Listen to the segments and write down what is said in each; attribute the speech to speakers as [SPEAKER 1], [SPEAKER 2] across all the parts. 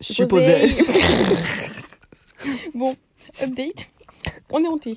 [SPEAKER 1] Supposé.
[SPEAKER 2] bon, update. On est hanté.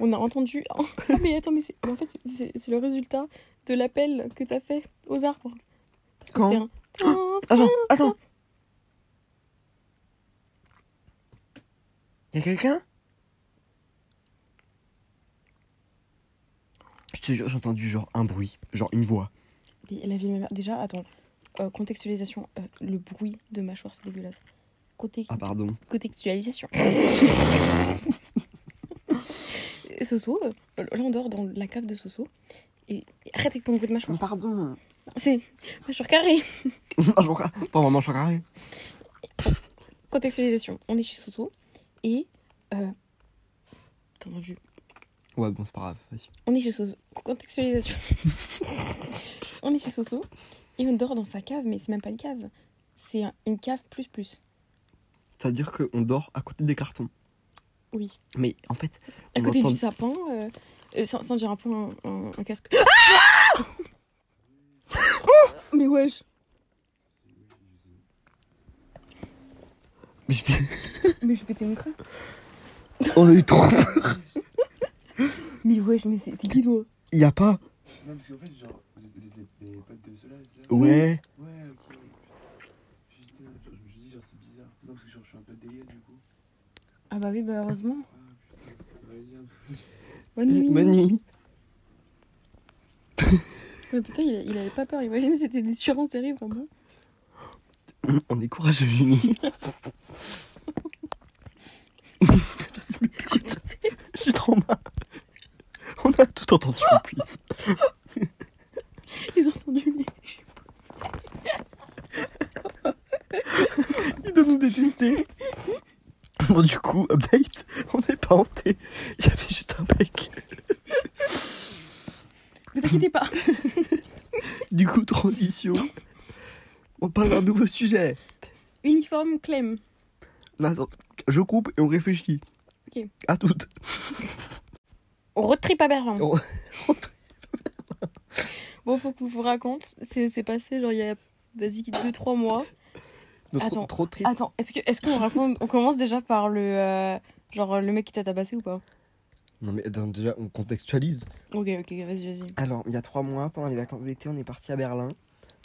[SPEAKER 2] On a entendu. Ah mais attends, mais c'est. mais En fait, c'est- c'est c'est le résultat de l'appel que t'as fait aux arbres. Parce que
[SPEAKER 1] Quand
[SPEAKER 2] c'était un-
[SPEAKER 1] Attends, attends. Y'a quelqu'un Je te jure, j'ai entendu genre un bruit, genre une voix.
[SPEAKER 2] Mais la vie de ma mère. Déjà, attends. Euh, contextualisation. Euh, le bruit de mâchoire, c'est dégueulasse. Côté...
[SPEAKER 1] Ah pardon.
[SPEAKER 2] Contextualisation. Soso, euh, là on dort dans la cave de Soso. Et et arrête avec ton bruit de mâchoire.
[SPEAKER 1] Pardon.
[SPEAKER 2] C'est mâchoire carrée.
[SPEAKER 1] pas vraiment choc carré.
[SPEAKER 2] Contextualisation. On est chez Soso. Et. Euh... T'as entendu
[SPEAKER 1] Ouais, bon, c'est pas grave. vas-y.
[SPEAKER 2] On est chez Soso. Contextualisation. on est chez Soso et on dort dans sa cave, mais c'est même pas une cave. C'est un- une cave plus plus.
[SPEAKER 1] C'est-à-dire qu'on dort à côté des cartons.
[SPEAKER 2] Oui.
[SPEAKER 1] Mais en fait,
[SPEAKER 2] À
[SPEAKER 1] On
[SPEAKER 2] côté
[SPEAKER 1] entend-
[SPEAKER 2] du sapin, euh, euh, sans, sans dire un peu un, un- un casque. Ah Oh mais wesh.
[SPEAKER 1] mais je-
[SPEAKER 2] Mais je pétais mon crâne.
[SPEAKER 1] on a eu trop. peur.
[SPEAKER 2] Mais wesh, mais c'est t'es qui toi
[SPEAKER 1] Y a pas.
[SPEAKER 3] Non, parce qu'en fait, genre, vous êtes, vous êtes les, les potes de Solal, c'est ça
[SPEAKER 1] Ouais.
[SPEAKER 3] Ouais, ok. Putain, je me suis dit, genre, c'est bizarre. Non, parce que genre, je suis un peu délire du coup.
[SPEAKER 2] Ah bah oui, bah heureusement.
[SPEAKER 3] Ah, putain. Vas-y, un peu.
[SPEAKER 2] Bonne nuit.
[SPEAKER 1] Bonne nuit.
[SPEAKER 2] Ouais, putain, il, a- il avait pas peur. Imagine, c'était des surances de rire, vraiment.
[SPEAKER 1] On est courageux, Julie. J'ai trop mal. On a tout entendu en plus.
[SPEAKER 2] Ils ont entendu. mais-
[SPEAKER 1] Il doit nous détester. Bon, du coup, update, on n'est pas hanté. Il y avait juste un mec.
[SPEAKER 2] Vous inquiétez pas.
[SPEAKER 1] Du coup, transition. On parle d'un nouveau sujet.
[SPEAKER 2] Uniforme Clem.
[SPEAKER 1] Non, attends, je coupe et on réfléchit.
[SPEAKER 2] Ok.
[SPEAKER 1] À toutes.
[SPEAKER 2] Road trip à Berlin.
[SPEAKER 1] Oh.
[SPEAKER 2] Bon, faut que je vous raconte. C'est c'est passé, genre, il y a, vas-y, 2-3 mois.
[SPEAKER 1] Notre
[SPEAKER 2] Attends,
[SPEAKER 1] trop trip.
[SPEAKER 2] Attends, est-ce que est-ce qu'on raconte On commence déjà par le. euh, genre, le mec qui t'a tabassé ou pas
[SPEAKER 1] Non, mais attends, déjà, on contextualise.
[SPEAKER 2] Ok, ok, vas-y, vas-y.
[SPEAKER 1] Alors, il y a trois mois, pendant les vacances d'été, on est parti à Berlin.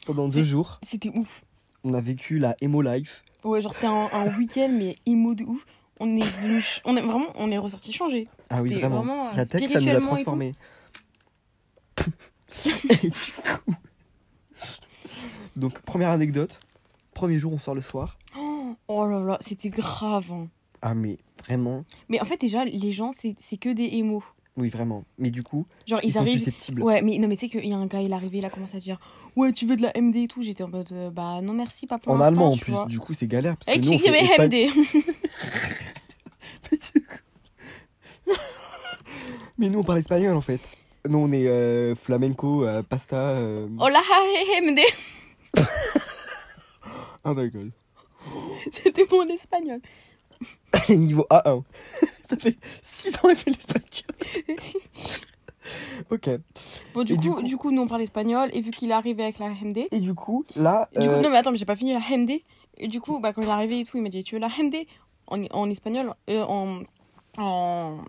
[SPEAKER 1] Pendant deux
[SPEAKER 2] C'est-
[SPEAKER 1] jours,
[SPEAKER 2] C'était ouf.
[SPEAKER 1] on a vécu la emo life.
[SPEAKER 2] Ouais, genre, c'était un, un week-end, mais émo de ouf. On est venu ch- on est vraiment, on est ressorti changé.
[SPEAKER 1] Ah oui,
[SPEAKER 2] C'était
[SPEAKER 1] vraiment.
[SPEAKER 2] vraiment, euh,
[SPEAKER 1] la tech, ça nous
[SPEAKER 2] spirituellement
[SPEAKER 1] a
[SPEAKER 2] et
[SPEAKER 1] transformé. et du coup. Donc, première anecdote. Premier jour, on sort le soir.
[SPEAKER 2] Oh, oh là là, c'était grave. hein.
[SPEAKER 1] Ah, mais vraiment.
[SPEAKER 2] Mais en fait, déjà, les gens, c'est c'est que des émos.
[SPEAKER 1] Oui, vraiment. Mais du coup,
[SPEAKER 2] Genre,
[SPEAKER 1] ils,
[SPEAKER 2] ils,
[SPEAKER 1] sont
[SPEAKER 2] arrivent.
[SPEAKER 1] susceptibles.
[SPEAKER 2] Ouais, mais non, mais tu sais qu'il y a un gars, il est arrivé, il a commencé à dire Ouais, tu veux de la MD et tout. J'étais en mode euh, Bah non, merci, pas pour
[SPEAKER 1] En
[SPEAKER 2] l'instant,
[SPEAKER 1] allemand, en
[SPEAKER 2] tu
[SPEAKER 1] plus,
[SPEAKER 2] vois.
[SPEAKER 1] du coup, c'est galère. Parce
[SPEAKER 2] Eh,
[SPEAKER 1] que nous, on
[SPEAKER 2] tu veux
[SPEAKER 1] fait espa-
[SPEAKER 2] MD
[SPEAKER 1] Mais du coup- Mais nous, on parle espagnol, en fait. Nous, on est euh, flamenco, euh, pasta. euh,
[SPEAKER 2] Hola, MD
[SPEAKER 1] Ah, ma gueule.
[SPEAKER 2] C'était mon espagnol.
[SPEAKER 1] Elle est niveau A1. Ça fait 6 ans qu'elle fait l'espagnol. ok.
[SPEAKER 2] Bon, du
[SPEAKER 1] Et
[SPEAKER 2] coup,
[SPEAKER 1] du
[SPEAKER 2] du
[SPEAKER 1] coup-
[SPEAKER 2] coup, nous on parle espagnol et vu qu'il est arrivé avec la MD.
[SPEAKER 1] Et du coup, là.
[SPEAKER 2] Du coup,
[SPEAKER 1] euh,
[SPEAKER 2] non, mais attends, mais j'ai pas fini la MD. Et du coup, bah, quand il est arrivé et tout, il m'a dit Tu veux la MD en, en espagnol, euh, en, en,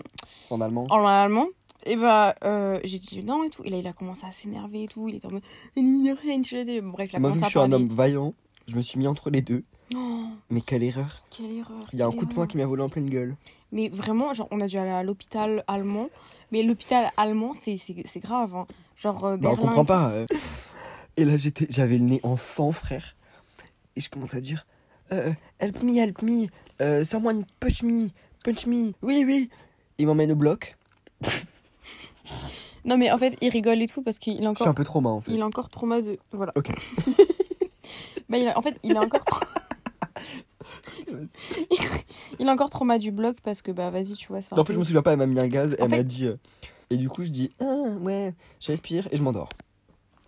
[SPEAKER 1] En allemand.
[SPEAKER 2] en allemand. Et bah, euh, j'ai dit non et tout. Et là, il a commencé à s'énerver et tout. Il était en mode Bref, il a
[SPEAKER 1] Moi, vu
[SPEAKER 2] commencé
[SPEAKER 1] que
[SPEAKER 2] à
[SPEAKER 1] je suis un
[SPEAKER 2] parler.
[SPEAKER 1] homme vaillant, je me suis mis entre les deux.
[SPEAKER 2] Oh,
[SPEAKER 1] Mais quelle erreur.
[SPEAKER 2] quelle erreur.
[SPEAKER 1] Il y a un
[SPEAKER 2] quelle
[SPEAKER 1] coup de
[SPEAKER 2] erreur.
[SPEAKER 1] poing qui m'a volé en pleine gueule.
[SPEAKER 2] Mais vraiment, genre, on a dû aller à l'hôpital allemand. Mais l'hôpital allemand, c'est c'est- c'est grave. hein. Genre, euh,
[SPEAKER 1] Bah, on
[SPEAKER 2] Berlin.
[SPEAKER 1] comprend pas. euh. Et là, j'étais, j'avais le nez en sang, frère. Et je commence à dire euh, Help me, help me. Euh, someone punch me. Punch me. Oui, oui. Il m'emmène au bloc.
[SPEAKER 2] Non, mais en fait, il rigole et tout parce qu'il est
[SPEAKER 1] Je
[SPEAKER 2] encore
[SPEAKER 1] suis un peu trop en fait.
[SPEAKER 2] Il a encore trauma de. Voilà.
[SPEAKER 1] Ok.
[SPEAKER 2] bah, il a- En fait, il a encore. tra- il a encore trauma du bloc parce que, bah, vas-y, tu vois, ça.
[SPEAKER 1] En plus, je me souviens pas, elle m'a mis un gaz, elle
[SPEAKER 2] En fait-
[SPEAKER 1] m'a dit. euh, Et du coup, je dis, ah, ouais, j'aspire et je m'endors.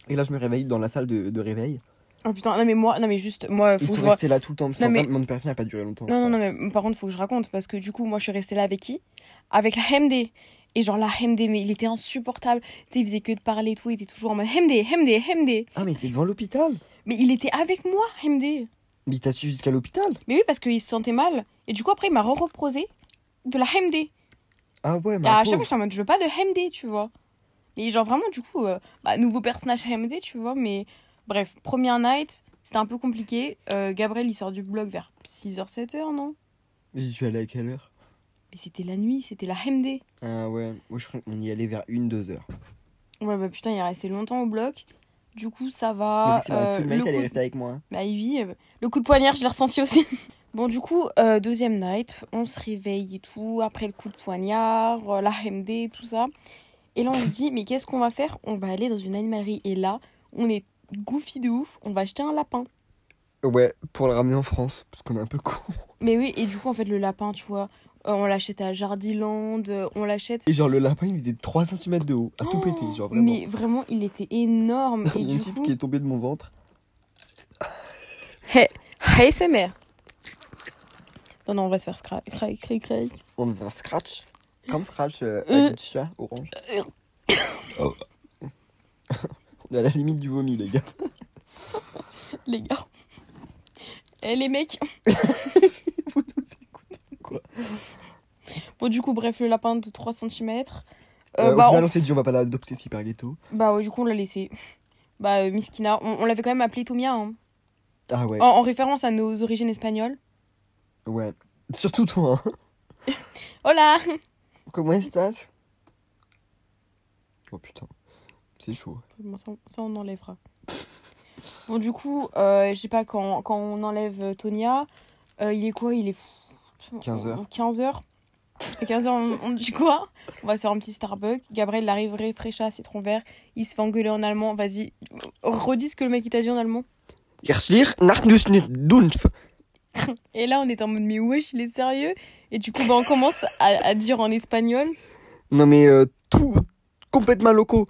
[SPEAKER 1] Et là, je me réveille dans la salle de, de réveil.
[SPEAKER 2] Oh putain, non, mais moi, non, mais juste, moi,
[SPEAKER 1] Ils
[SPEAKER 2] faut que je
[SPEAKER 1] sont
[SPEAKER 2] vois.
[SPEAKER 1] restés là tout le temps, parce
[SPEAKER 2] Non,
[SPEAKER 1] qu'en
[SPEAKER 2] mais-
[SPEAKER 1] fait, mon personne n'a pas duré longtemps.
[SPEAKER 2] Non, non,
[SPEAKER 1] je
[SPEAKER 2] non, mais par contre, faut que je raconte parce que du coup, moi, je suis restée là avec qui Avec la HMD. Et genre, la HMD, mais il était insupportable. Tu sais, il faisait que de parler et tout. Il était toujours en mode HMD, HMD, HMD.
[SPEAKER 1] crois. Ah, mais c'est devant l'hôpital
[SPEAKER 2] Mais il était avec moi, HMD.
[SPEAKER 1] Mais il t'a su jusqu'à l'hôpital
[SPEAKER 2] Mais oui, parce qu'il se sentait mal. Et du coup, après, il m'a reproposé de la HMD.
[SPEAKER 1] Ah ouais,
[SPEAKER 2] Et à
[SPEAKER 1] ma
[SPEAKER 2] chaque fois,
[SPEAKER 1] pauvre.
[SPEAKER 2] j'étais en mode, je veux pas de HMD, tu vois. Mais genre, vraiment, du coup, euh, bah, nouveau personnage HMD, tu vois. Mais bref, première night, c'était un peu compliqué. Euh, Gabriel, il sort du blog vers 6h, 7h, non
[SPEAKER 1] Mais j'y suis allé à quelle heure
[SPEAKER 2] Mais c'était la nuit, c'était la HMD.
[SPEAKER 1] Ah ouais, moi je crois qu'on y allait vers 1-2 heures.
[SPEAKER 2] Ouais, bah putain, il est resté longtemps au bloc. Du coup, ça
[SPEAKER 1] Mais vu
[SPEAKER 2] va.
[SPEAKER 1] que c'est ma
[SPEAKER 2] euh,
[SPEAKER 1] soulmate,
[SPEAKER 2] le
[SPEAKER 1] elle est
[SPEAKER 2] coup-
[SPEAKER 1] restée avec moi. hein.
[SPEAKER 2] Bah oui, euh, le coup de poignard, je l'ai ressenti aussi. Bon, du coup, euh, deuxième night, on se réveille et tout, après le coup de poignard, euh, la MD, tout ça. Et là, on se dit, mais qu'est-ce qu'on va faire On va aller dans une animalerie. Et là, on est goofy de ouf, on va acheter un lapin.
[SPEAKER 1] Ouais, pour le ramener en France, parce qu'on est un peu con.
[SPEAKER 2] Mais oui, et du coup, en fait, le lapin, tu vois, euh, on l'achète à Jardiland, euh, on l'achète.
[SPEAKER 1] Et genre le lapin il faisait 3 cm de haut, à tout
[SPEAKER 2] Oh,
[SPEAKER 1] péter, genre vraiment.
[SPEAKER 2] Mais vraiment, il était énorme. Et
[SPEAKER 1] Mon
[SPEAKER 2] du
[SPEAKER 1] type
[SPEAKER 2] coup,
[SPEAKER 1] qui est tombé de mon ventre.
[SPEAKER 2] ASMR. Non, non, on va se faire scra- crac, crac, crac.
[SPEAKER 1] On faisait un scratch. Comme scratch euh,
[SPEAKER 2] Euh.
[SPEAKER 1] à du chat orange. Oh. On est à la limite du vomi, les gars.
[SPEAKER 2] Les gars. Eh, les mecs.
[SPEAKER 1] Vous nous écoutez.
[SPEAKER 2] Bon, du coup, bref, le lapin de 3 cm.
[SPEAKER 1] Euh, au
[SPEAKER 2] bah,
[SPEAKER 1] final,
[SPEAKER 2] on-
[SPEAKER 1] on s'est dit, on va pas l'adopter, c'est hyper ghetto.
[SPEAKER 2] bah ouais, du coup, on l'a laissé. Bah, euh, Miskina, on, on l'avait quand même appelé Tomia, hein.
[SPEAKER 1] Ah ouais,
[SPEAKER 2] en, en référence à nos origines espagnoles. Oh.
[SPEAKER 1] ouais. Surtout toi, hein.
[SPEAKER 2] Hola
[SPEAKER 1] Comment est-ce Oh putain, c'est chaud.
[SPEAKER 2] Bon, ça, on- ça, on enlèvera. Bon, du coup, euh, je sais pas, quand, quand on enlève euh, Tonia, euh, il est quoi Il est
[SPEAKER 1] 15 heures.
[SPEAKER 2] 15h. À 15h, on, on dit quoi On va se faire un petit Starbucks. Gabriel il arrive réfrécha à citron vert. Il se fait engueuler en allemand. Vas-y, redis ce que le mec il t'a dit en allemand. Et là, on est en mode, mais wesh, il est sérieux Et du coup, bah, on commence à, à dire en espagnol.
[SPEAKER 1] Non mais euh, tout complètement loco.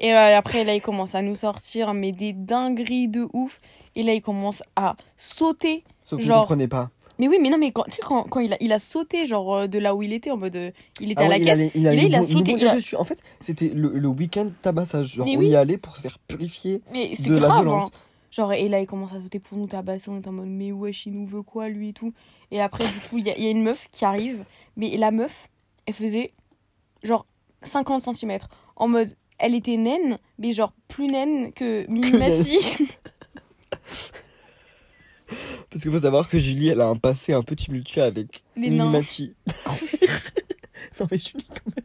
[SPEAKER 2] Et euh, après, là, il commence à nous sortir, mais des dingueries de ouf. Et là, il commence à sauter.
[SPEAKER 1] Sauf que je
[SPEAKER 2] Genre-
[SPEAKER 1] comprenais pas.
[SPEAKER 2] Mais oui, mais non, mais quand, tu sais, quand, quand il, a, il a sauté, genre euh, de là où il était, en mode. euh, il était
[SPEAKER 1] Ah
[SPEAKER 2] à la
[SPEAKER 1] ouais, il
[SPEAKER 2] caisse.
[SPEAKER 1] allait- il allait
[SPEAKER 2] il a
[SPEAKER 1] nous- nous
[SPEAKER 2] sauté,
[SPEAKER 1] bondir
[SPEAKER 2] il a-
[SPEAKER 1] dessus. En fait, c'était le, le week-end tabassage. Genre,
[SPEAKER 2] Mais
[SPEAKER 1] on
[SPEAKER 2] oui.
[SPEAKER 1] y allait pour se faire purifier
[SPEAKER 2] Mais c'est
[SPEAKER 1] de la
[SPEAKER 2] grave, hein.
[SPEAKER 1] violence.
[SPEAKER 2] Genre, et là, il commence à sauter pour nous tabasser. On est en mode, mais wesh, il nous veut quoi, lui et tout. Et après, du coup, il y, a- il y a une meuf qui arrive. Mais la meuf, elle faisait genre 50 cm. En mode, elle était naine, mais genre plus naine que
[SPEAKER 1] Que
[SPEAKER 2] Mimi
[SPEAKER 1] naine.
[SPEAKER 2] Mati.
[SPEAKER 1] Parce qu'il faut savoir que Julie, elle a un passé un peu tumultueux avec
[SPEAKER 2] Les
[SPEAKER 1] Mimi
[SPEAKER 2] nains.
[SPEAKER 1] Mati. non mais Julie,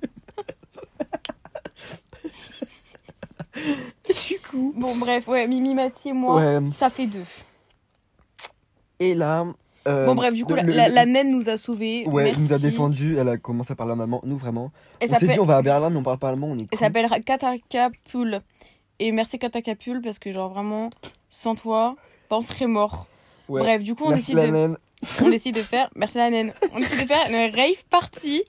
[SPEAKER 2] du coup. Bon, bref, ouais, Mimi Mati et moi,
[SPEAKER 1] ouais.
[SPEAKER 2] ça fait deux.
[SPEAKER 1] Et là. euh,
[SPEAKER 2] bon, bref, du coup,
[SPEAKER 1] le-
[SPEAKER 2] la,
[SPEAKER 1] le-
[SPEAKER 2] la- la naine nous a sauvés.
[SPEAKER 1] Ouais,
[SPEAKER 2] merci.
[SPEAKER 1] elle nous a défendu, elle a commencé à parler en allemand, nous vraiment.
[SPEAKER 2] Elle
[SPEAKER 1] on s'est
[SPEAKER 2] s'appelle-
[SPEAKER 1] dit on va à Berlin mais on parle pas allemand, on est
[SPEAKER 2] Elle
[SPEAKER 1] con.
[SPEAKER 2] s'appelle Catacapule. Et merci Catacapule parce que, genre, vraiment, sans toi, bah, on serait mort.
[SPEAKER 1] Ouais.
[SPEAKER 2] Bref, du coup, on
[SPEAKER 1] Merci
[SPEAKER 2] décide,
[SPEAKER 1] la
[SPEAKER 2] de,
[SPEAKER 1] naine.
[SPEAKER 2] on décide de faire. Merci la naine. On décide de faire une rave party.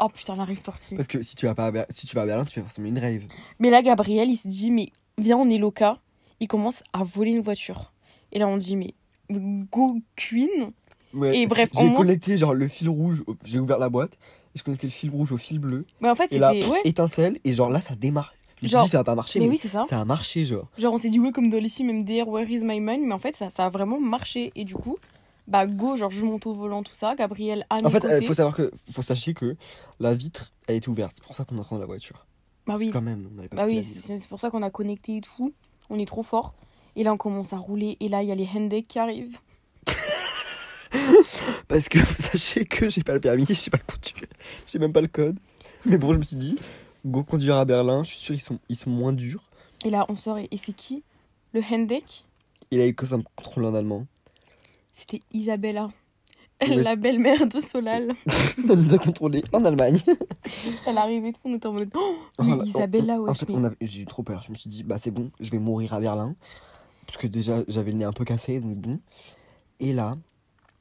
[SPEAKER 2] Oh putain, la rave party.
[SPEAKER 1] Parce que si tu vas pas à Ber- si tu vas à Berlin, tu vas forcément une rave.
[SPEAKER 2] Mais là, Gabriel, il se dit, mais viens, on est loca. Il commence à voler une voiture. Et là, on dit, mais go queen.
[SPEAKER 1] Ouais.
[SPEAKER 2] Et bref, on
[SPEAKER 1] J'ai
[SPEAKER 2] monte.
[SPEAKER 1] connecté genre le fil rouge, au- j'ai ouvert la boîte, et j'ai connecté le fil rouge au fil bleu
[SPEAKER 2] Mais en fait,
[SPEAKER 1] et là
[SPEAKER 2] c'était. Ouais,
[SPEAKER 1] étincelle et genre là ça démarre. Je me suis
[SPEAKER 2] Genre-
[SPEAKER 1] dit ça va pas marcher
[SPEAKER 2] mais
[SPEAKER 1] mais,
[SPEAKER 2] oui, c'est ça.
[SPEAKER 1] ça a marché genre.
[SPEAKER 2] Genre, on s'est dit, ouais, comme dans les films MDR, Where is my mind Mais en fait, ça, ça a vraiment marché. Et du coup, bah, go, genre, je monte au volant, tout ça. Gabriel, à mes
[SPEAKER 1] En fait, euh,
[SPEAKER 2] côtés.
[SPEAKER 1] faut savoir que faut sachez que la vitre elle était ouverte, c'est pour ça qu'on a rendu la voiture.
[SPEAKER 2] Bah oui,
[SPEAKER 1] Quand même, on n'avait pas
[SPEAKER 2] bah
[SPEAKER 1] pu la
[SPEAKER 2] oui,
[SPEAKER 1] vitre.
[SPEAKER 2] c'est c'est pour ça qu'on a connecté et tout. On est trop fort. Et là, on commence à rouler. Et là, il y a les Hendek qui arrivent.
[SPEAKER 1] Parce que vous sachez que j'ai pas le permis, j'ai pas le conduire, j'ai même pas le code. Mais bon, je me suis dit, go conduire à Berlin, je suis sûr ils sont, ils sont moins durs.
[SPEAKER 2] Et là, on sort. Et, et c'est qui Le Hendek
[SPEAKER 1] Il a eu comme ça me contrôle en allemand.
[SPEAKER 2] C'était Isabella.
[SPEAKER 1] Ouais,
[SPEAKER 2] La belle-mère de Solal.
[SPEAKER 1] Il nous a contrôlé en Allemagne.
[SPEAKER 2] Elle arrive et tout. On était en mode. Oh,
[SPEAKER 1] Oh
[SPEAKER 2] mais
[SPEAKER 1] là,
[SPEAKER 2] Isabella,
[SPEAKER 1] En
[SPEAKER 2] ouais.
[SPEAKER 1] fait, on avait- j'ai eu trop peur. Je me suis dit, bah c'est bon, je vais mourir à Berlin. Parce que déjà, j'avais le nez un peu cassé, donc bon. Et là,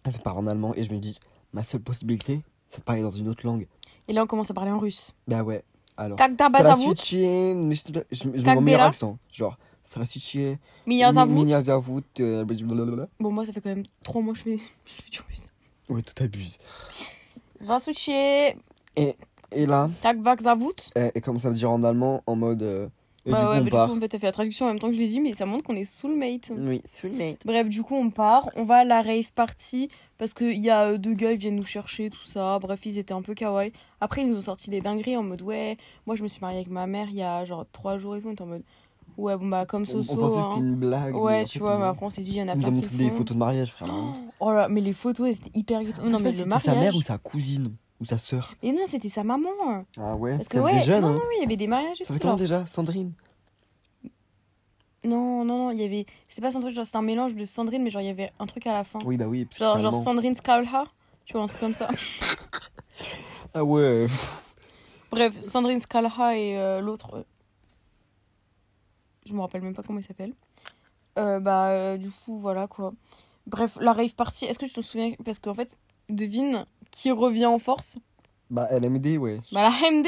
[SPEAKER 1] elle part en allemand et je me dis, ma seule possibilité, c'est de parler dans une autre langue.
[SPEAKER 2] Et là, on commence à parler en russe.
[SPEAKER 1] Bah ouais, alors.
[SPEAKER 2] Kakda
[SPEAKER 1] Strasitchi,
[SPEAKER 2] Bazavut,
[SPEAKER 1] mais je je- je mets
[SPEAKER 2] Kakdela.
[SPEAKER 1] mon meilleur accent. Genre, Strasitchi,
[SPEAKER 2] Minya Zavut.
[SPEAKER 1] Minia Zavut, euh, blablabla.
[SPEAKER 2] Bon, moi, ça fait quand même trois mois que je fais, je fais du russe.
[SPEAKER 1] Ouais, tout abuse.
[SPEAKER 2] Здравствуйте,
[SPEAKER 1] Et là,
[SPEAKER 2] как вас зовут?
[SPEAKER 1] euh, et comme ça veut dire en allemand, en mode. euh, Et
[SPEAKER 2] Bah
[SPEAKER 1] du coup,
[SPEAKER 2] ouais,
[SPEAKER 1] on
[SPEAKER 2] bah,
[SPEAKER 1] part.
[SPEAKER 2] du coup, en fait, t'as fait la traduction en même temps que je les dis, mais ça montre qu'on est soulmate.
[SPEAKER 1] Oui, soulmate.
[SPEAKER 2] Bref, du coup, on part, on va à la rave party parce qu'il y a euh, deux gars, ils viennent nous chercher, tout ça. Bref, ils étaient un peu kawaii. Après, ils nous ont sorti des dingueries en mode ouais, moi je me suis mariée avec ma mère il y a genre trois jours et tout. On était en mode ouais, bon bah comme
[SPEAKER 1] On, on
[SPEAKER 2] Soso.
[SPEAKER 1] pensait que
[SPEAKER 2] hein.
[SPEAKER 1] c'était une blague. mais
[SPEAKER 2] Ouais,
[SPEAKER 1] en
[SPEAKER 2] tu
[SPEAKER 1] fait,
[SPEAKER 2] vois,
[SPEAKER 1] on-
[SPEAKER 2] mais après on s'est dit, il y en a
[SPEAKER 1] on nous a
[SPEAKER 2] plein qui
[SPEAKER 1] montré des
[SPEAKER 2] font.
[SPEAKER 1] photos de mariage, frère. la honte.
[SPEAKER 2] Oh là, mais les photos, elles étaient hyper cute.
[SPEAKER 1] Je
[SPEAKER 2] Non,
[SPEAKER 1] sais
[SPEAKER 2] mais
[SPEAKER 1] pas
[SPEAKER 2] le
[SPEAKER 1] si c'était
[SPEAKER 2] mariage.
[SPEAKER 1] sa mère ou sa cousine ou sa sœur.
[SPEAKER 2] Et non, c'était sa maman. hein.
[SPEAKER 1] Ah ouais,
[SPEAKER 2] Parce
[SPEAKER 1] parce
[SPEAKER 2] que
[SPEAKER 1] qu'elle
[SPEAKER 2] ouais,
[SPEAKER 1] était jeune.
[SPEAKER 2] non,
[SPEAKER 1] hein.
[SPEAKER 2] non, oui, il y avait des mariages et
[SPEAKER 1] Ça
[SPEAKER 2] tout.
[SPEAKER 1] fait longtemps
[SPEAKER 2] genre.
[SPEAKER 1] déjà, Sandrine.
[SPEAKER 2] Non, non, non, il y avait. C'est pas son truc, genre c'est un mélange de Sandrine, mais genre il y avait un truc à la fin.
[SPEAKER 1] Oui, bah oui, parce que
[SPEAKER 2] Genre,
[SPEAKER 1] c'est
[SPEAKER 2] genre
[SPEAKER 1] allemand.
[SPEAKER 2] Sandrine Skaulha, tu vois, un truc comme ça.
[SPEAKER 1] Ah ouais. euh,
[SPEAKER 2] Bref, Sandrine Skalha et euh, l'autre. euh, Je me rappelle même pas comment il s'appelle. Euh, bah, euh, du coup, voilà quoi. Bref, la rave party, est-ce que tu te souviens Parce qu'en fait, devine qui revient en force
[SPEAKER 1] Bah LMD, ouais.
[SPEAKER 2] Bah, la MD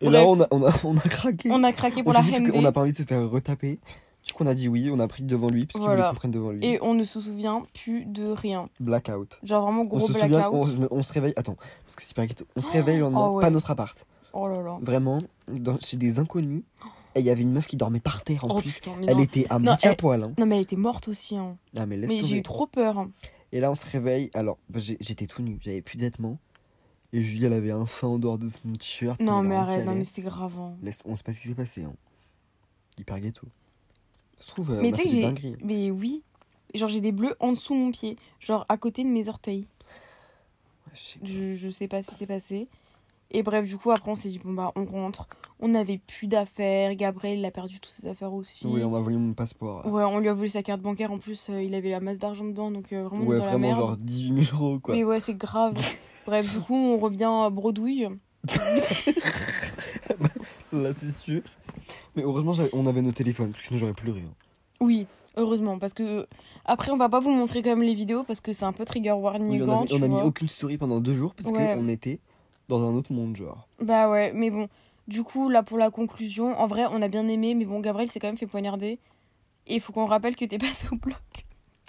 [SPEAKER 1] Et là,
[SPEAKER 2] Bref.
[SPEAKER 1] on a, on a, on a craqué.
[SPEAKER 2] On a craqué
[SPEAKER 1] On
[SPEAKER 2] pour
[SPEAKER 1] s'est
[SPEAKER 2] la
[SPEAKER 1] dit parce qu'on
[SPEAKER 2] MD.
[SPEAKER 1] n'a pas envie de se faire retaper. Du coup, on a dit oui, on a pris devant lui, parce qu'il
[SPEAKER 2] Voilà.
[SPEAKER 1] voulait qu'on prenne devant lui.
[SPEAKER 2] Et on ne se souvient plus de rien.
[SPEAKER 1] Blackout.
[SPEAKER 2] Genre vraiment
[SPEAKER 1] On
[SPEAKER 2] gros
[SPEAKER 1] se souvient, on,
[SPEAKER 2] blackout.
[SPEAKER 1] je me- on se réveille. Attends, parce que c'est pas inquiétant. On se réveille le lendemain,
[SPEAKER 2] Ah ouais.
[SPEAKER 1] pas notre appart.
[SPEAKER 2] Oh là là.
[SPEAKER 1] Vraiment, dans- chez des inconnus. Et il y avait une meuf qui dormait par terre en
[SPEAKER 2] Oh
[SPEAKER 1] plus.
[SPEAKER 2] putain, mais
[SPEAKER 1] Elle
[SPEAKER 2] non.
[SPEAKER 1] était à moitié à
[SPEAKER 2] elle-
[SPEAKER 1] poil. hein.
[SPEAKER 2] Non, mais elle était morte aussi. hein.
[SPEAKER 1] Ah, mais laisse
[SPEAKER 2] Mais j'ai
[SPEAKER 1] tomber.
[SPEAKER 2] eu trop peur.
[SPEAKER 1] Et là, on se réveille. Alors, bah, j'ai- j'étais tout nu, j'avais plus de vêtements. Et Julie, elle avait un sein en dehors de son t-shirt.
[SPEAKER 2] Non,
[SPEAKER 1] il y avait
[SPEAKER 2] mais
[SPEAKER 1] rien qui
[SPEAKER 2] arrête, non,
[SPEAKER 1] allait.
[SPEAKER 2] mais c'est grave. hein.
[SPEAKER 1] Laisse- on sait pas ce qui s'est passé. Hein. Hyper ghetto. Ça se trouve, euh,
[SPEAKER 2] Mais
[SPEAKER 1] on a
[SPEAKER 2] tu sais
[SPEAKER 1] fait
[SPEAKER 2] que
[SPEAKER 1] des
[SPEAKER 2] j'ai.
[SPEAKER 1] dingueries.
[SPEAKER 2] Mais oui. Genre, j'ai des bleus en dessous de mon pied. Genre, à côté de mes orteils.
[SPEAKER 1] Ouais, je sais.
[SPEAKER 2] Je, je sais pas ce qui s'est passé. Et bref, du coup, après, on s'est dit, bon, bah, on rentre. On n'avait plus d'affaires. Gabriel, il a perdu toutes ses affaires aussi.
[SPEAKER 1] Oui, on
[SPEAKER 2] ouais,
[SPEAKER 1] m'a volé mon passeport.
[SPEAKER 2] on lui a volé sa carte bancaire. En plus, euh, il avait la masse d'argent dedans. Donc, euh, vraiment, on est
[SPEAKER 1] Ouais,
[SPEAKER 2] dans la
[SPEAKER 1] vraiment,
[SPEAKER 2] merde.
[SPEAKER 1] genre 18 000 euros, quoi.
[SPEAKER 2] Mais ouais, c'est grave. Bref, du coup, on revient à Bredouille.
[SPEAKER 1] Là, c'est sûr. Mais heureusement, j'avais- on avait nos téléphones, parce que sinon j'aurais pleuré. hein.
[SPEAKER 2] Oui, heureusement, parce que euh, après, on va pas vous montrer quand même les vidéos parce que c'est un peu trigger warning. hein,
[SPEAKER 1] Oui, on avait-
[SPEAKER 2] tu
[SPEAKER 1] on a mis
[SPEAKER 2] vois.
[SPEAKER 1] aucune story pendant deux jours, parce
[SPEAKER 2] Ouais.
[SPEAKER 1] qu'on était dans un autre monde, genre.
[SPEAKER 2] Bah ouais, mais bon, du coup, là pour la conclusion, en vrai, on a bien aimé, mais bon, Gabriel s'est quand même fait poignarder. Et il faut qu'on rappelle que t'es passé au bloc.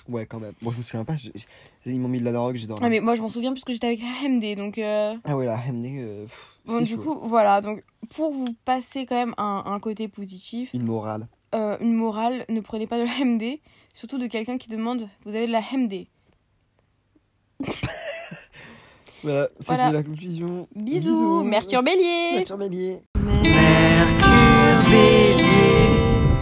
[SPEAKER 1] Ouais, quand même. Moi, je me souviens pas, j'ai- j'ai- ils m'ont mis de la drogue, j'ai dormi.
[SPEAKER 2] Ah, mais moi, je m'en souviens puisque j'étais avec AMD, donc. euh,
[SPEAKER 1] Ah ouais, la ramené. euh, pff,
[SPEAKER 2] Bon,
[SPEAKER 1] c'est
[SPEAKER 2] du
[SPEAKER 1] chaud.
[SPEAKER 2] coup, voilà, donc pour vous passer quand même à un, un côté positif,
[SPEAKER 1] Une morale.
[SPEAKER 2] euh, une morale, ne prenez pas de la MD, surtout de quelqu'un qui demande Vous avez de la MD
[SPEAKER 1] Voilà, c'était
[SPEAKER 2] Voilà.
[SPEAKER 1] la conclusion.
[SPEAKER 2] Bisous, Mercure Bélier
[SPEAKER 1] Mercure Bélier.
[SPEAKER 4] Mercure Bélier.